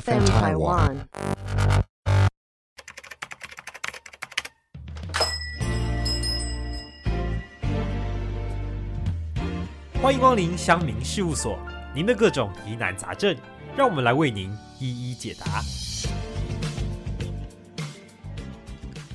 FM Taiwan. 欢迎光临乡民事务所，您的各种疑难杂症，让我们来为您一一解答。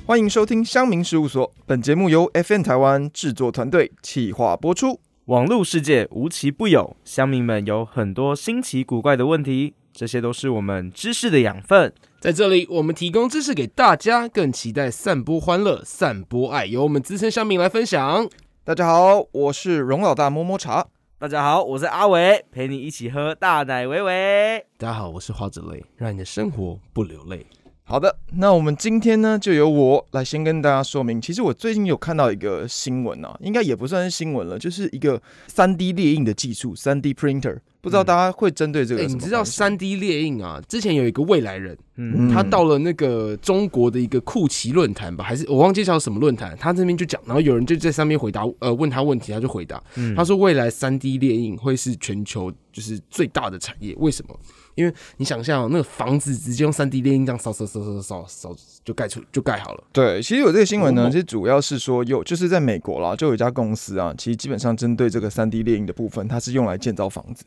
欢迎收听乡民事务所，本节目由 FN 台湾制作团队企划播出。网络世界无奇不有，乡民们有很多新奇古怪的问题，这些都是我们知识的养分。在这里，我们提供知识给大家，更期待散播欢乐、散播爱，由我们资深乡民来分享。大家好，我是荣老大摸摸茶。大家好，我是阿伟，陪你一起喝大奶维维。大家好，我是花子泪，让你的生活不流泪。好的，那我们今天呢，就由我来先跟大家说明。其实我最近有看到一个新闻啊，应该也不算是新闻了，就是一个三 D 列印的技术，三 D printer。不知道大家会针对这哎、个有什你么感想、知道三 D 列印啊？之前有一个未来人，嗯，他到了那个中国的一个酷奇论坛吧，还是我忘记叫什么论坛，他这边就讲，然后有人就在上面回答，呃，问他问题，他就回答，嗯他说未来三 D 列印会是全球就是最大的产业，为什么？因为你想象、哦、那个房子直接用三 D 列印这样扫扫扫扫扫扫就盖出就盖好了，对，其实有这个新闻某呢，某其实主要是说有，就是在美国啦，就有一家公司啊，其实基本上针对这个三 D 列印的部分，它是用来建造房子。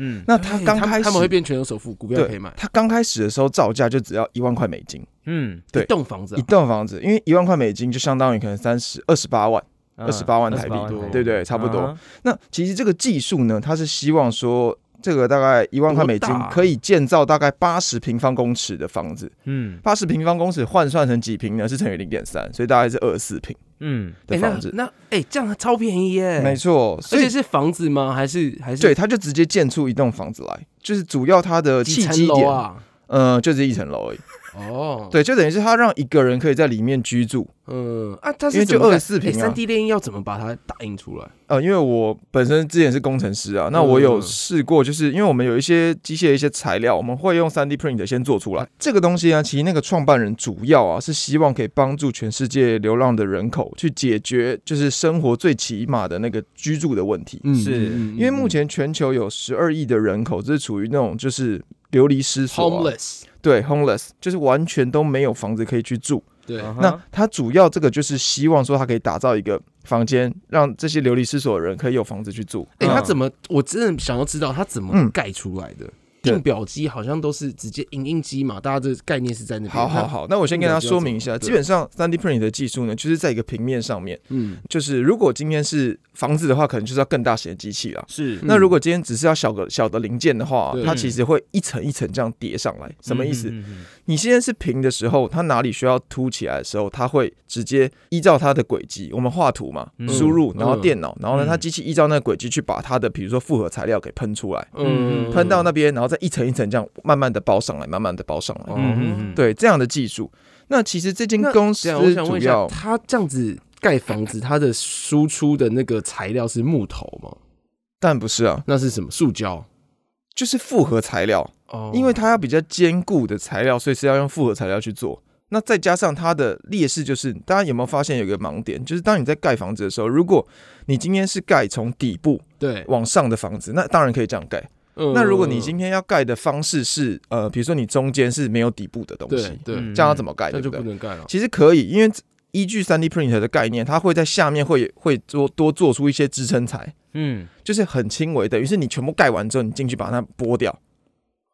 嗯，那它刚开哎他始们他们会变全球首富，股票可以对买，，它刚开始的时候造价就只要一万块美金嗯，对一栋房子、一啊，栋房子，因为一万块美金就相当于可能三十二十八万，嗯28万台币28对对，差不多。啊那其实这个技术呢，它是希望说，这个大概一万块美金多大啊可以建造大概八十平方公尺的房子，嗯八十平方公尺换算成几平呢？是乘以零点三，所以大概是二十四平嗯，的哎房子。那那哎、这样超便宜耶，没错，而所且以是房子吗？还是还是对，它就直接建出一栋房子来，就是主要它的几契层机楼点，啊？嗯，就是一层楼而已。哦，对，就等于是它让一个人可以在里面居住。嗯啊，它因是为怎就么盖24哎平啊三 D 列印要怎么把它打印出来？呃，因为我本身之前是工程师啊，那我嗯有试过，就是因为我们有一些机械的一些材料，我们会用 3D print 先做出来。嗯这个东西啊，其实那个创办人主要啊是希望可以帮助全世界流浪的人口去解决就是生活最起码的那个居住的问题。嗯是因为目前全球有十二亿的人口，这是处于那种就是流离失所啊、 homeless 对 homeless，就是完全都没有房子可以去住。对啊哈那他主要这个就是希望说，他可以打造一个房间，让这些流离失所的人可以有房子去住。哎、嗯他怎么？我真的想要知道他怎么嗯盖出来的。对印表机好像都是直接影印机嘛，大家这个概念是在那边。好好好，那我先跟他说明一下，对基本上 3D print 的技术呢，就是在一个平面上面，那，嗯，就是如果今天是房子的话，可能就是要更大型的机器啦。是那如果今天只是要小个小的零件的话对，它其实会一层一层这样叠上来。什么意思？嗯嗯你现在是平的时候，它哪里需要凸起来的时候，它会直接依照它的轨迹，我们画图嘛嗯，输入，然后嗯电脑，然后呢，嗯它机器依照那个轨迹去把它的，比如说复合材料给喷出来，嗯喷到那边，然后再一层一层这样慢慢的包上来，慢慢的包上来，嗯嗯嗯嗯，对，这样的技术。那其实这间那公这司样，我想主问一下，要他这样子盖房子，它的输出的那个材料是木头吗？但不是啊，那是什么？塑胶？就是复合材料，哦因为它要比较坚固的材料，所以是要用复合材料去做。那再加上它的劣势就是，大家有没有发现有一个盲点？就是当你在盖房子的时候，如果你今天是盖从底部对，往上的房子，那当然可以这样盖。嗯那如果你今天要盖的方式是，呃，比如说你中间是没有底部的东对西，对，嗯这样要怎么盖？那对就不不对？能盖了。其实可以，因为依据 3D print 的概念，它会在下面会会做多做出一些支撑材，嗯就是很轻微的。于是你全部盖完之后，你进去把它剥掉，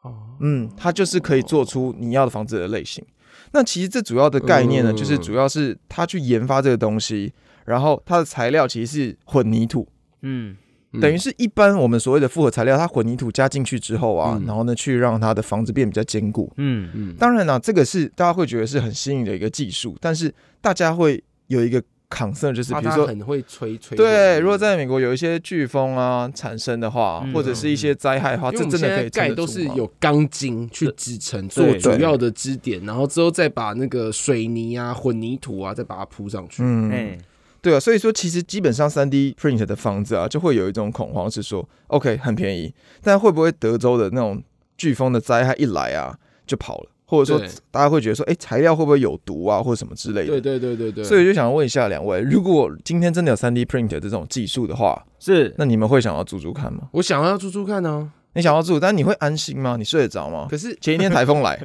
哦，嗯，它就是可以做出你要的房子的类型。那其实这主要的概念呢，嗯就是主要是他去研发这个东西，然后它的材料其实是混凝土，嗯等于是一般我们所谓的复合材料，它混凝土加进去之后啊，嗯然后呢去让它的房子变比较坚固。嗯嗯，当然啦、这个是大家会觉得是很新颖的一个技术，但是大家会有一个 concern，就是怕比如它说。很会吹吹。对，嗯如果在美国有一些飓风啊产生的话，嗯或者是一些灾害的话，因这为我真们现的可在以盖盖都是有钢筋去支撑做对主要的支点，然后之后再把那个水泥啊、混凝土啊再把它铺上去。嗯，哎对啊，所以说其实基本上三 D print 的房子啊，就会有一种恐慌，是说 OK 很便宜，但会不会德州的那种飓风的灾害一来啊就跑了，或者说对大家会觉得说，哎、材料会不会有毒啊，或者什么之类对的？对对对对，所以我就想问一下两位，如果今天真的有三 D print 这种技术的话，是那你们会想要租租看吗？我想要租租看呢、啊你想要住，但你会安心吗？你睡得着吗？可是前一天台风来，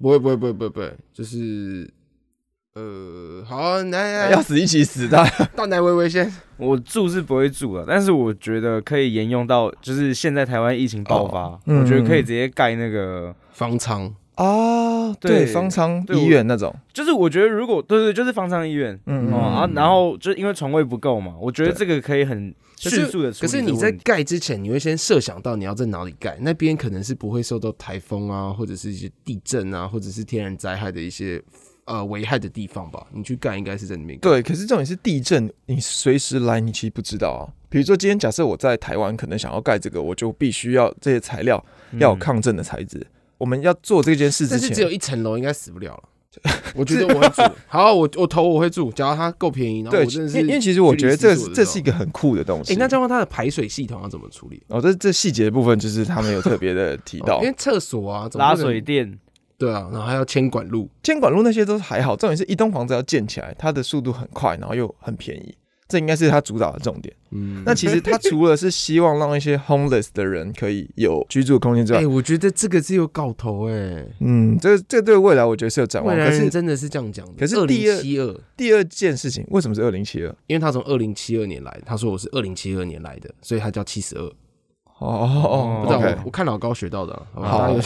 不会不会不会不会不会，就是呃，好啊， 来要来，死一起死，大家到南微微先，我住是不会住了，但是我觉得可以沿用到，就是现在台湾疫情爆发，哦嗯我觉得可以直接盖那个，方舱啊，对，对方舱对我医院那种，就是我觉得如果对对，就是方舱医院。嗯哦，啊，然后就因为床位不够嘛，我觉得对这个可以很可是迅速的处可理这是个问题。你在盖之前，你会先设想到你要在哪里盖，那边可能是不会受到台风啊，或者是一些地震啊，或者是天然灾害的一些呃危害的地方吧。你去盖应该是在那边盖。对，可是重点是地震，你随时来，你其实不知道啊。比如说今天假设我在台湾，可能想要盖这个，我就必须要这些材料要有嗯抗震的材质。我们要做这件事之但嗯是只有前，一层楼，应该死不了了。 我觉得我会住，好，我我投我会住，只要它够便宜，然后对，我真的因是为因为其实我觉得这距离是四十这是一个很酷的东哎、西。那这样的话它的排水系统要怎么处理？哦，这这细节的部分就是他们有特别的提到 因，为厕所啊，总不拉能水电，对啊，然后还要牵管路，监管路那些都还好，重点是一栋房子要建起来，它的速度很快，然后又很便宜，这应该是它主打的重点。嗯，那其实它除了是希望让一些 homeless 的人可以有居住空间之哎、外，我觉得这个是有搞头哎、嗯，这这对未来我觉得是有展望。未来可人是真的是这样讲的。可是二第二零七二，第二件事情，为什么是二零七二？因为他从二零七二年来，他说我是二零七二年来的，所以他叫七十二。哦哦哦不知道，OK，我我看老高学到的啊，好吧好大家有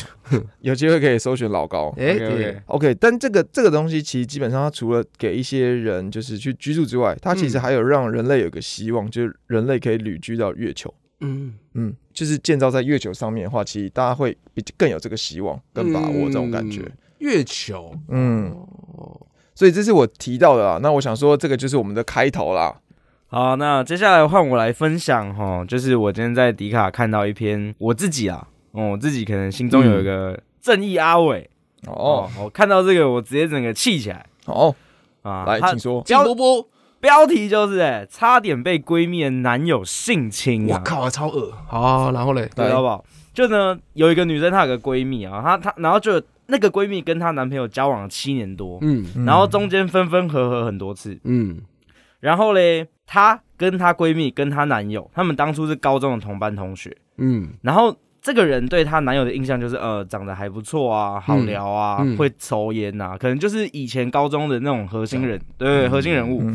有机会可以搜寻老高。哎 OK，OK 对 OK，但这个这个东西其实基本上，它除了给一些人就是去居住之外，它嗯其实还有让人类有个希望，就是人类可以旅居到月球。嗯，嗯，就是建造在月球上面的话，其实大家会比更有这个希望，更把握这种感觉。嗯月球嗯哦，所以这是我提到的啦。那我想说，这个就是我们的开头啦。好，那接下来换我来分享哈，就是我今天在迪卡看到一篇我自己啊，哦，我自己可能心中嗯有一个正义阿伟、哦，我看到这个我直接整个气起来哦，啊！来，他请说。金波波，标题就是哎、差点被闺蜜的男友性侵、我啊，靠，超恶。好，然后嘞，知道不好？就呢，有一个女生她有个闺蜜啊，她她然后就那个闺蜜跟她男朋友交往了七年多，嗯然后中间分分合合很多次，嗯然后嘞，她跟她闺蜜跟她男友，他们当初是高中的同班同学。嗯然后这个人对她男友的印象就是，呃，长得还不错啊，好聊啊，嗯会抽烟呐、啊，可能就是以前高中的那种核心人，对，核心人物。嗯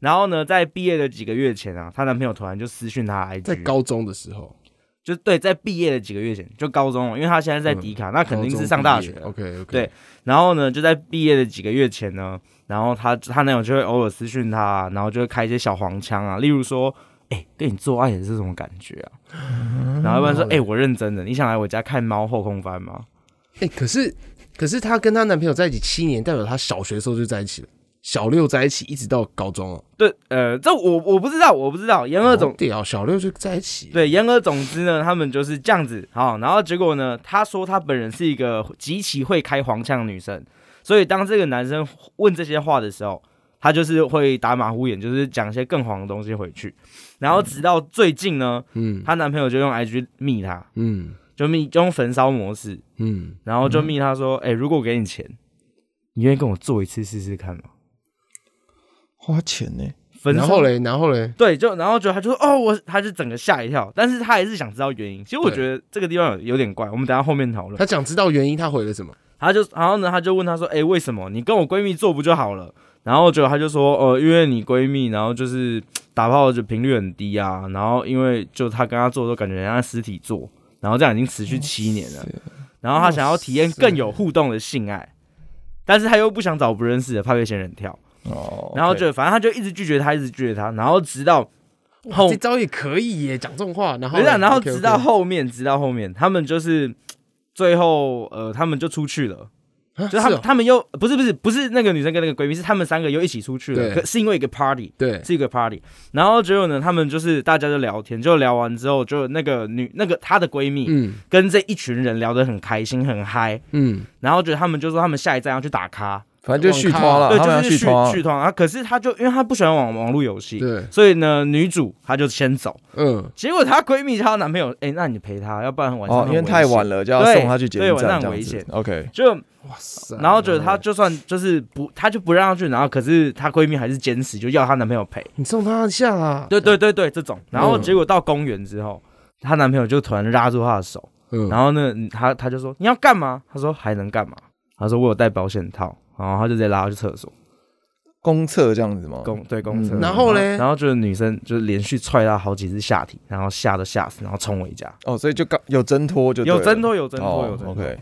然后呢，在毕业的几个月前啊，她男朋友突然就私讯她 IG，在高中的时候，就对，在毕业的几个月前，就高中了，因为她现在在迪卡，那肯定是上大学了。 OK OK，对然后呢，就在毕业的几个月前呢，然后她她男友就会偶尔私讯她，然后就会开一些小黄腔啊，例如说。哎、跟你做爱也是什么感觉啊？嗯然后要不然说，哎、我认真的，你想来我家看猫后空翻吗？哎，可是可是她跟她男朋友在一起七年，代表她小学的时候就在一起了，小六在一起一直到高中哦。对，呃，这我我不知道，我不知道。言而总、好屌，啊小六就在一起。对，言而总之呢，他们就是这样子。好，然后结果呢，她说她本人是一个极其会开黄腔的女生，所以当这个男生问这些话的时候，她就是会打马虎眼，就是讲一些更黄的东西回去。然后直到最近呢，嗯她男朋友就用 IG 密她，嗯就密就用焚烧模式，嗯，然后就密她说，哎、如果我给你钱，你愿意跟我做一次试试看吗？花钱呢？焚然烧后嘞，然后嘞，对，就然后就他就说哦，我他就整个吓一跳，但是他还是想知道原因。其实我对觉得这个地方有有点怪，我们等一下后面讨论。他想知道原因，他回了什么？他就然后呢，他就问他说，哎、为什么你跟我闺蜜做不就好了？然后结果他就说，呃，因为你闺蜜，然后就是打炮的频率很低啊，然后因为就他跟他做都感觉很像尸体做，然后这样已经持续七年了，然后他想要体验更有互动的性爱，但是他又不想找不认识的，怕被仙人跳，哦，然后 OK 就反正他就一直拒绝他，一直拒绝他，然后直到后这招也可以耶，讲这种话，然后不是啊，然后 OK，OK 直到后面，直到后面，他们就是最后呃，他们就出去了，啊就是他们、哦他们又不是不是不是那个女生跟那个闺蜜，是他们三个又一起出去了，对可是因为一个 party。对，是一个 party，然后结果呢，他们就是大家就聊天，就聊完之后，就那个女那个她的闺蜜嗯跟这一群人聊得很开心很嗨，嗯，然后觉得他们就说他们下一站要去打卡，反正就续拖了，对，啊他们要就是续去拖哦去。团啊。可是她就因为她不喜欢玩网络游戏，对，所以呢，女主她就先走，嗯，结果她闺蜜她的男朋友，哎、那你陪她，要不然晚上哦，很因为危太险晚了，就要对送他去捷运对晚上站，这很样危子险。 OK，就哇塞，然后嗯觉得她就算就是不，她就不让她去，然后可是她闺蜜还是坚持就要她男朋友陪，你送他一下啦，对对对对，这种。然后嗯结果到公园之后，她男朋友就突然拉住她的手，嗯，然后呢，她她就说你要干嘛？她说还能干嘛？她说我有带保险套，然后她就直接拉她去厕所嗯公厕这样子吗？公对公厕、嗯然后嘞然后就是女生就是连续踹她好几次下体，然后吓都吓死，然后冲回家，哦，所以就刚有挣脱就哦有挣脱脱有挣脱有挣脱。 OK，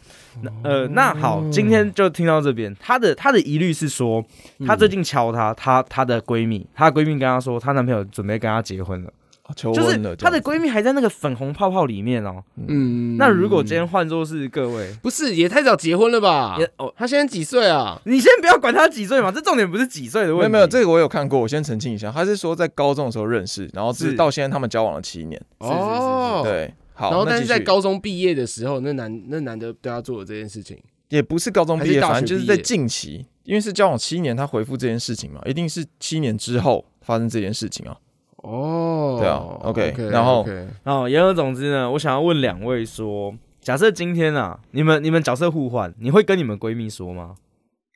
呃，那好，今天就听到这边。她的她的疑虑是说，嗯她最近敲她，她她的闺蜜，她的闺蜜跟她说，她男朋友准备跟她结婚了，哦求就婚了是这样子，她的闺蜜还在那个粉红泡泡里面哦。嗯那如果今天换作是各位，不是也太早结婚了吧？也哦，他现在几岁啊？你先不要管她几岁嘛，这重点不是几岁的没问有题。没有，这个我有看过，我先澄清一下，他是说在高中的时候认识，然后是是到现在他们交往了七年，是是哦，。对，好，然后，那但是继在续高中毕业的时候，那男那男的对他做的这件事情，也不是高中毕还是业，大学反正就是毕在业近期，因为是交往七年，他回复这件事情嘛，一定是七年之后发生这件事情啊。哦，对啊，OK，然后 OK 哦，言而总之呢，我想要问两位说，假设今天啊，你们你们角色互换，你会跟你们闺蜜说吗？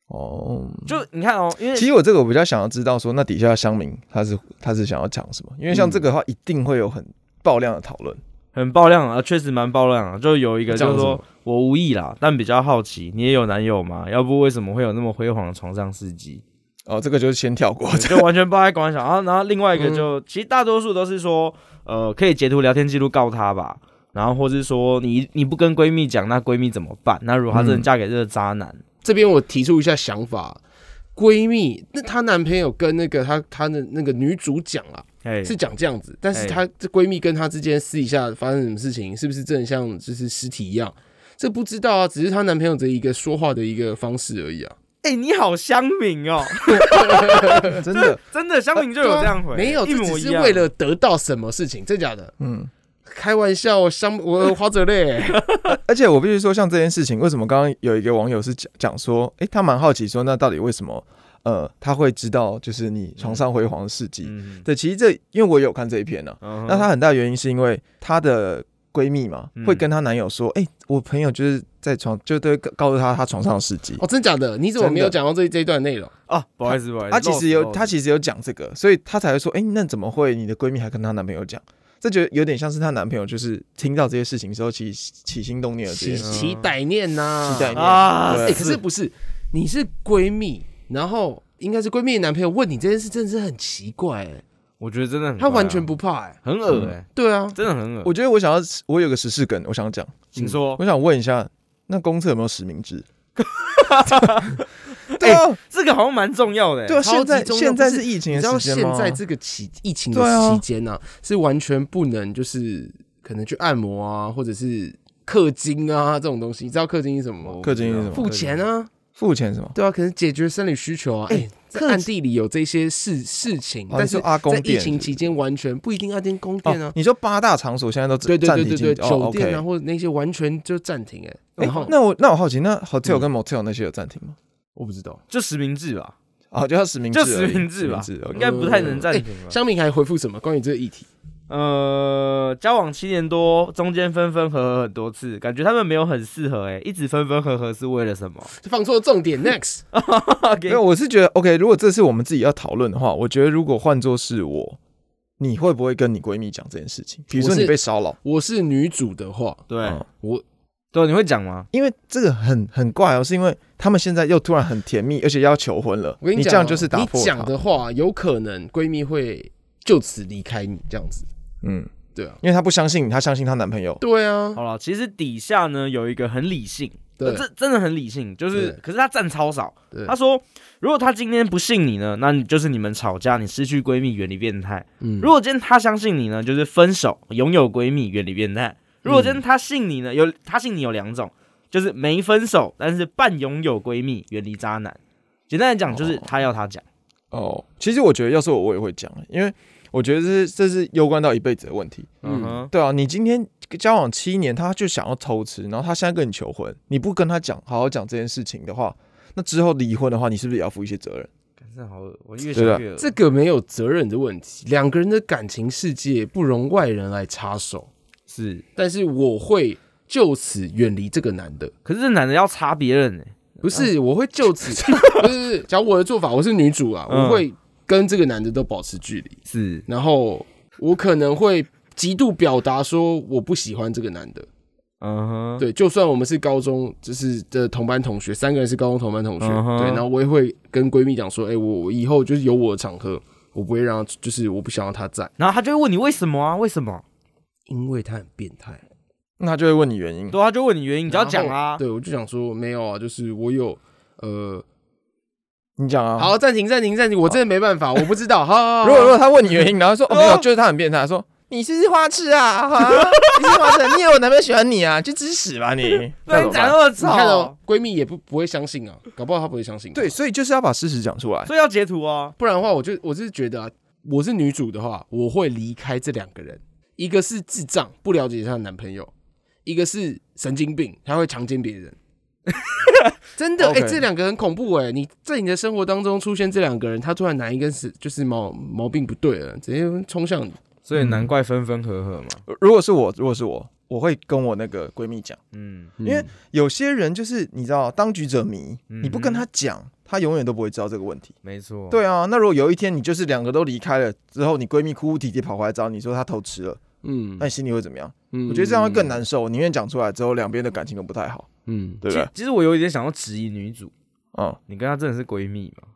哦，就你看哦，因为其实我这个我比较想要知道说，那底下乡民他是他是想要讲什么？因为像嗯这个的话，一定会有很爆量的讨论。很爆亮啊，确实蛮爆亮啊。就有一个这就样是子说吗我无意啦，但比较好奇，你也有男友吗？要不为什么会有那么辉煌的床上事 迹？哦，这个就是先跳过。就完全不爱管想。然后，然后另外一个就、其实大多数都是说，呃，可以截图聊天记录告他吧。然后，或是说你你不跟闺蜜讲，那闺蜜怎么办？那如果她真的嗯嫁给这个渣男，这边我提出一下想法，闺蜜，那她男朋友跟那个她她的那个女主讲啊，哎、是讲这样子，但哎是她这闺蜜跟她之间私底下发生什么事情，是不是真的像就是尸体一样？这不知道啊，只是她男朋友的一个说话的一个方式而已啊。哎、你好乡民哦， 真的，真的乡民就有这样回，没有，一这模只一是样。为了得到什么事情，真假的？嗯，开玩笑，我伤我花 泽类，而且我必须说，像这件事情，为什么刚刚有一个网友是讲讲说，诶，他蛮好奇说，那到底为什么？呃，他会知道就是你床上辉煌的事迹。嗯对，其实这因为我有看这一篇啊呢、嗯那她很大原因是因为她的闺蜜嘛嗯，会跟她男友说：“哎、我朋友就是在床，就都会告告诉她她床上的事迹。哦，真假的？你怎么没有真讲到这这一段内容？哦，不好意思，不好意思，她其实有，漏她其实有讲这个，所以她才会说：“哎、那怎么会你的闺蜜还跟她男朋友讲？”这就有点像是她男朋友就是听到这些事情之后起起心动念的这起些是事。起歹念呐、起歹念啊，对哎、可是不是，你是闺蜜，然后应该是闺蜜的男朋友问你这件事，真的是很奇怪、哎，我觉得真的很怪啊，他完全不怕、哎，很恶哎、对啊，真的很恶。我嗯觉得我想要，我有个时事梗，我想讲，请说，我想问一下，那公厕有没有实 名制？对啊，这个好像蛮重要的、欸。对啊，哎超现级在重要现在不是是疫情你的知道时现间吗？在这个期疫情对的啊期间呢、是完全不能就是可能去按摩啊，或者是氪金啊这种东西。你知道氪金是什么吗？氪金是什么付钱啊，付钱是吗？对啊，可能解决生理需求啊。哎、在暗地里有这些事事情，哦但你说是阿公在疫店情是不期间完全不一定要进宫殿啊哦，。你说八大场所现在都对对暂对停对经对，济哦酒店啊、 ，OK 或者那些完全就暂停哎、哎然后、那我那我好奇，那 hotel 跟 motel 那些有暂停吗？我不知道，就实名制吧，啊，就要实名制就而已，实名制吧，实名制应，OK 该不太哎能暂停吧。香明还回复什么关于这个议题？呃，交往七年多，中间分分合合很多次，感觉他们没有很适合哎、一直分分合合是为了什么？放错重点，next。 没有，我是觉得 OK。如果这是我们自己要讨论的话，我觉得如果换作是我，你会不会跟你闺蜜讲这件事情？比如我说是你被骚扰，我是女主的话，对、嗯哦我对，你会讲吗？因为这个很很怪哦，是因为他们现在又突然很甜蜜，而且要求婚了，我跟你讲哦、这样就是打你破讲它的话，有可能闺蜜会就此离开你这样子。嗯，对啊，因为她不相信你，她相信她男朋友，对啊，好了，其实底下呢有一个很理性，对呃这真的很理性，就是对可是他占超少对。他说，如果他今天不信你呢，那你就是你们吵架，你失去闺蜜，远离变态。嗯如果今天他相信你呢，就是分手，拥有闺蜜，远离变嗯态。如果今天他信你呢，有他信你有两种，就是没分手，但是半拥有闺蜜，远离渣男。简单来讲，就是哦他要他讲，哦，其实我觉得要是我，我也会讲，因为我觉得这是这是攸关到一辈子的问题。嗯嗯哼，对啊，你今天交往七年，他就想要偷吃，然后他现在跟你求婚，你不跟他讲好好讲这件事情的话，那之后离婚的话，你是不是也要负一些责任？真的好恶，我越想对啊越恶这个没有责任的问题，两个人的感情世界不容外人来插手。是，但是我会就此远离这个男的，可是这男的要插别人呢、欸不是，我会就 此不是不是。假如我的做法，我是女主啊，嗯我会跟这个男的都保持距离，是然后我可能会极度表达说我不喜欢这个男的。嗯哼，对，就算我们是高中，就是的同班同学，三个人是高中同班同学，嗯哼对，然后我也会跟闺蜜讲说，哎、我我以后就是有我的场合，我不会让她，就是我不想让她在，然后他就会问你为什么啊？为什么？因为她很变态。那他就会问你原因。对，他就问你原因，你只要讲嗯然后啊。对，我就想说没有啊，就是我有，呃，你讲啊。，好，暂停，暂停，暂停，我真的没办法，我不知道，好好好如果如果他问你原因，然后说哦对没啊有，就是他很变态，他说你是不是花痴啊，哈你是不是花痴啊，你以为我男朋友喜欢你啊，就指使吧你。对，那你怎讲么那么你看哦丑，，闺蜜也不不会相信啊，搞不好她不会相信、办对，，所以就是要把事实讲出来。所以要截图哦。不然的话，我就我是觉得、啊，我是女主的话，我会离开这两个人，一个是智障，不了解她的男朋友；一个是神经病，她会强奸 别人。真的，哎、 OK 这两个很恐怖哎、你在你的生活当中出现这两个人，他突然哪一根是就是毛毛病不对了，直接冲向你。所以难怪分分合合嘛。如果是我，如果是我，我会跟我那个闺蜜讲，嗯，因因为有些人就是你知道，当局者迷，嗯哦你不跟他讲，他永远都不会知道这个问题。没错。对啊，那如果有一天你就是两个都离开了之后，你闺蜜哭哭啼啼跑回来找你说她偷吃了，嗯那你心里会怎么样？嗯哎我觉得这样会更。难受。我宁愿讲出来之后，两边的感情都不太好，嗯，对不其对实？其实我有一点想要质疑女主，嗯，你跟她真的是闺蜜吗？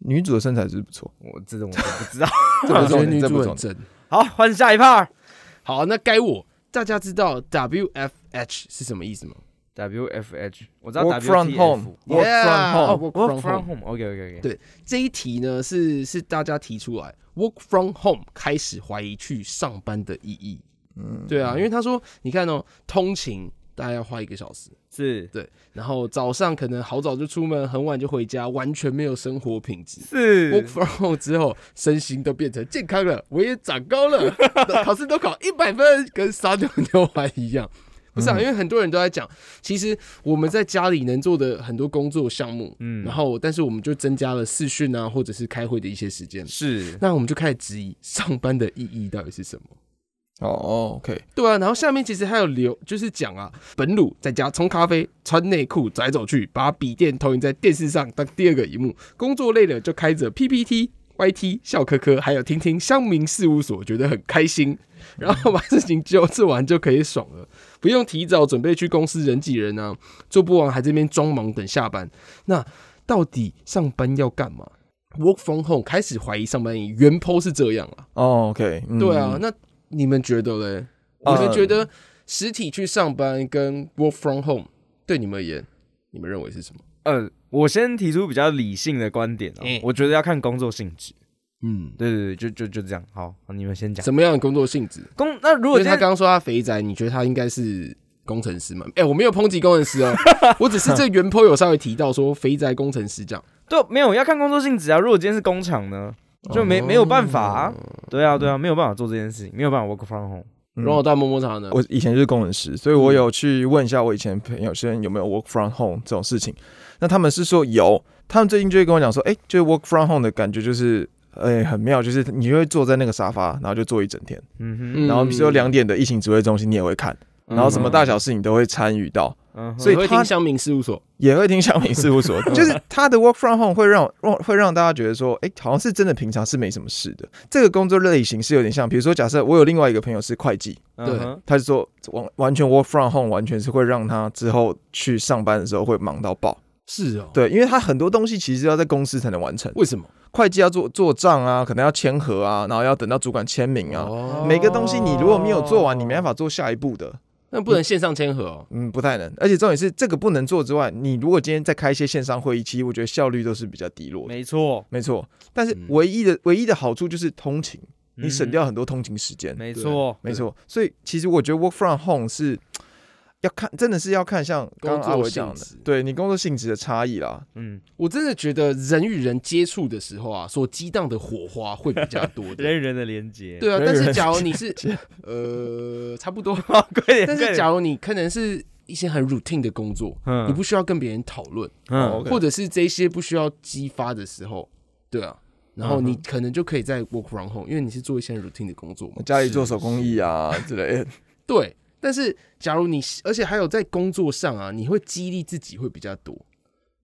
女主的身材是不错，我这种我都不知 道。这不我是觉得重女点，这主不是很重点。真。好，换下一 part。好，那该我。大家知道 WFH 是什么意思吗？ WFH，我知道 Work from WTF home, work Yeah， from home。 work 哦 Work from home from home，OK OK OK。对这一题呢是是大家提出来，work from home 开始怀疑去上班的意义。嗯，对啊，因为他说，你看哦，通勤大概要花一个小时，是对，然后早上可能好早就出门，很晚就回家，完全没有生活品质。work 是， from home 之后，身心都变成健康了，我也长高了，考试都考一百分，跟撒尿牛丸一样。不是啊，因为很多人都在讲，其实我们在家里能做的很多工作项目，嗯然后但是我们就增加了视讯啊，或者是开会的一些时间，是那我们就开始质疑上班的意义到底是什么。哦哦，OK，对啊，然后下面其实还有留，就是讲啊，本鲁在家冲咖啡、穿内裤、走来走去，把笔电投影在电视上当第二个荧幕。工作累了就开着 PPT、YT 笑科科，还有听听乡民事务所，觉得很开心。然后把事情交做完就可以爽了，不用提早准备去公司人挤人啊，做不完还这边装忙等下班。那到底上班要干嘛？Work from home 开始怀疑上班意义原 PO 是这样啊。哦，OK，嗯对啊，，那你们觉得嘞？我呃是觉得实体去上班跟 work from home 对你们而言，你们认为是什么？呃，我先提出比较理性的观点啊嗯，我觉得要看工作性质。嗯，对对对，就就就这样。好，你们先讲什么样的工作性质？工。那如因果为今他天刚刚说他肥宅，你觉得他应该是工程师吗？哎、我没有抨击工程师哦，我只是这原 po 有稍微提到说肥宅工程师这样，对没有要看工作性质啊，如果今天是工厂呢，哦就没没有办法啊。对啊对啊，没有办法做这件事情，没有办法 work from home。嗯然后到摸摸茶呢，我以前就是工程师，所以我有去问一下我以前朋友圈有没有 work from home 这种事情。那他们是说有，他们最近就会跟我讲说，哎、就是 work from home 的感觉就是，哎、很妙，就是你就会坐在那个沙发，然后就坐一整天，嗯哼，嗯然后比如说两点的疫情指挥中心你也会看，然后什么大小事你都会参与到，嗯哼，所以你会他听乡民事务所，也会听小明事务所，就是他的 work from home 会让让会让大家觉得说，哎、好像是真的平常是没什么事的。这个工作类型是有点像，比如说假设我有另外一个朋友是会计，嗯哼他就说完完全 work from home 完全是会让他之后去上班的时候会忙到爆。是哦，，对，因为他很多东西其实要在公司才能完成，为什么？会计要做做账啊，可能要签合啊，然后要等到主管签名啊。哦，每个东西你如果没有做完，哦你没办法做下一步的，那不能线上签合哦，嗯，不太能。而且重点是，这个不能做之外，你如果今天再开一些线上会议，其实我觉得效率都是比较低落的。没错，没错，但是嗯唯一的唯一的好处就是通勤，你省嗯掉很多通勤时间哼，。没错，没错，所以其实我觉得 work from home 是要看，真的是要看像刚刚阿伟讲工的作性质，对你工作性质的差异啦。嗯，我真的觉得人与人接触的时候啊，所激荡的火花会比较多的。人与人的连接。对啊，人但与是人假如你是呃差不多，好， 快点。快但是点假如你可能是一些很 routine 的工作，嗯你不需要跟别人讨论，哦嗯，OK 或者是这些不需要激发的时候，对啊，然后你可能就可以在 work from home，因为你是做一些 routine 的工作嘛我。家里做手工艺啊之 类的，对，但是假如你而且还有在工作上啊，你会激励自己会比较多。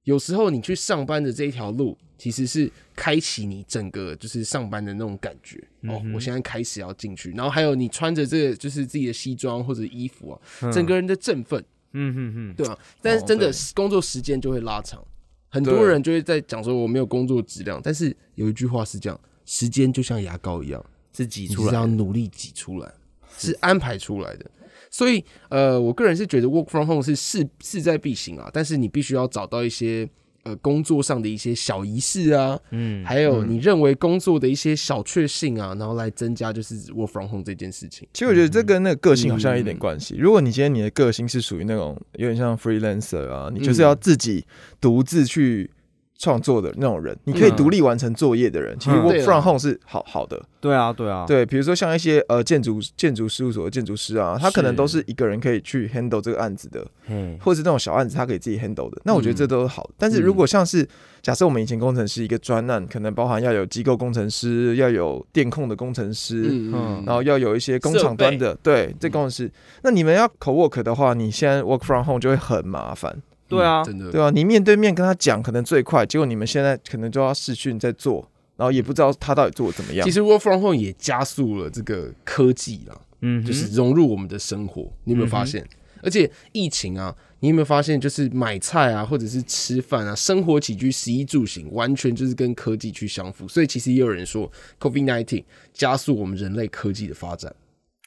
有时候你去上班的这一条路，其实是开启你整个就是上班的那种感觉。哦，我现在开始要进去，然后还有你穿着这个就是自己的西装或者衣服啊，整个人的振奋，嗯哼哼，对啊，但是哦真的对工作时间就会拉长，很多对人就会在讲说我没有工作质量，但是有一句话是这样：时间就像牙膏一样，是挤你出是来要努力挤出来，是安排出来的。所以，呃，我个人是觉得 work from home 是势势在必行啊，但是你必须要找到一些呃工作上的一些小仪式啊，嗯，还有你认为工作的一些小确幸啊，然后来增加就是 work from home 这件事情。其实我觉得这跟那个个性好像有一点嗯关系。如果你今天你的个性是属于那种有点像 freelancer 啊，你就是要嗯自己独自去创作的那种人，你可以嗯独立完成作业的人，其实嗯 work 对啦 from home 是好好的。对啊，对啊，对，比如说像一些呃建筑建筑事务所的建筑师啊，他可能是都是一个人可以去 handle 这个案子的，嘿，或者是那种小案子他可以自己 handle 的。那我觉得嗯这都是好的。但是如果像是假设我们以前工程师一个专案，可能包含要有机构工程师，要有电控的工程师，嗯嗯然后要有一些工厂端的，对，这工程师。那你们要 co work 的话，你现在 work from home 就会很麻烦，对啊，嗯真的对啊，你面对面跟他讲可能最快，结果你们现在可能就要视讯在做，然后也不知道他到底做的怎么样其。实 work from home 也加速了这个科技啦，嗯哼，嗯就是融入我们的生活。你有没有发现？而且疫情啊，你有没有发现，就是买菜啊，或者是吃饭啊，生活起居、食衣住行，完全就是跟科技去相符。所以其实也有人说，COVID nineteen 加速我们人类科技的发展，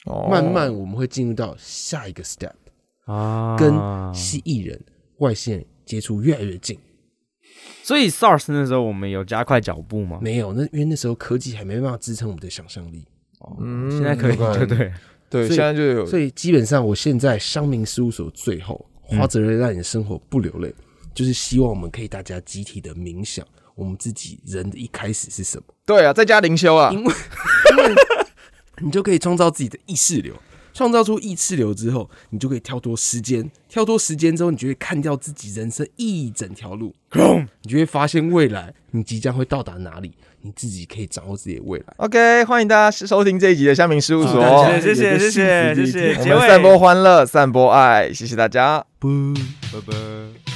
哦慢慢我们会进入到下一个 step，啊，跟蜥蜴人、外线人接触越来越近。所以 SARS 那时候我们有加快脚步吗？没有，那因为那时候科技还没办法支撑我们的想象力。嗯现在可以，嗯对对，对，所以现在就有所以基本上，我现在商民事务所最后，花泽类让你的生活不流泪，就是希望我们可以大家集体的冥想，我们自己人的一开始是什么，对啊，在家灵修啊，因为因为你就可以创造自己的意识流。创造出意识流之后，你就可以跳脱时间，跳脱时间之后，你就会看掉自己人生一整条路，你就会发现未来你即将会到达哪里，你自己可以掌握自己的未来。 OK，欢迎大家收听这一集的乡民事务所，好哦谢谢谢谢谢谢谢谢，我结们尾散播欢乐，散播爱，谢谢大家。拜拜。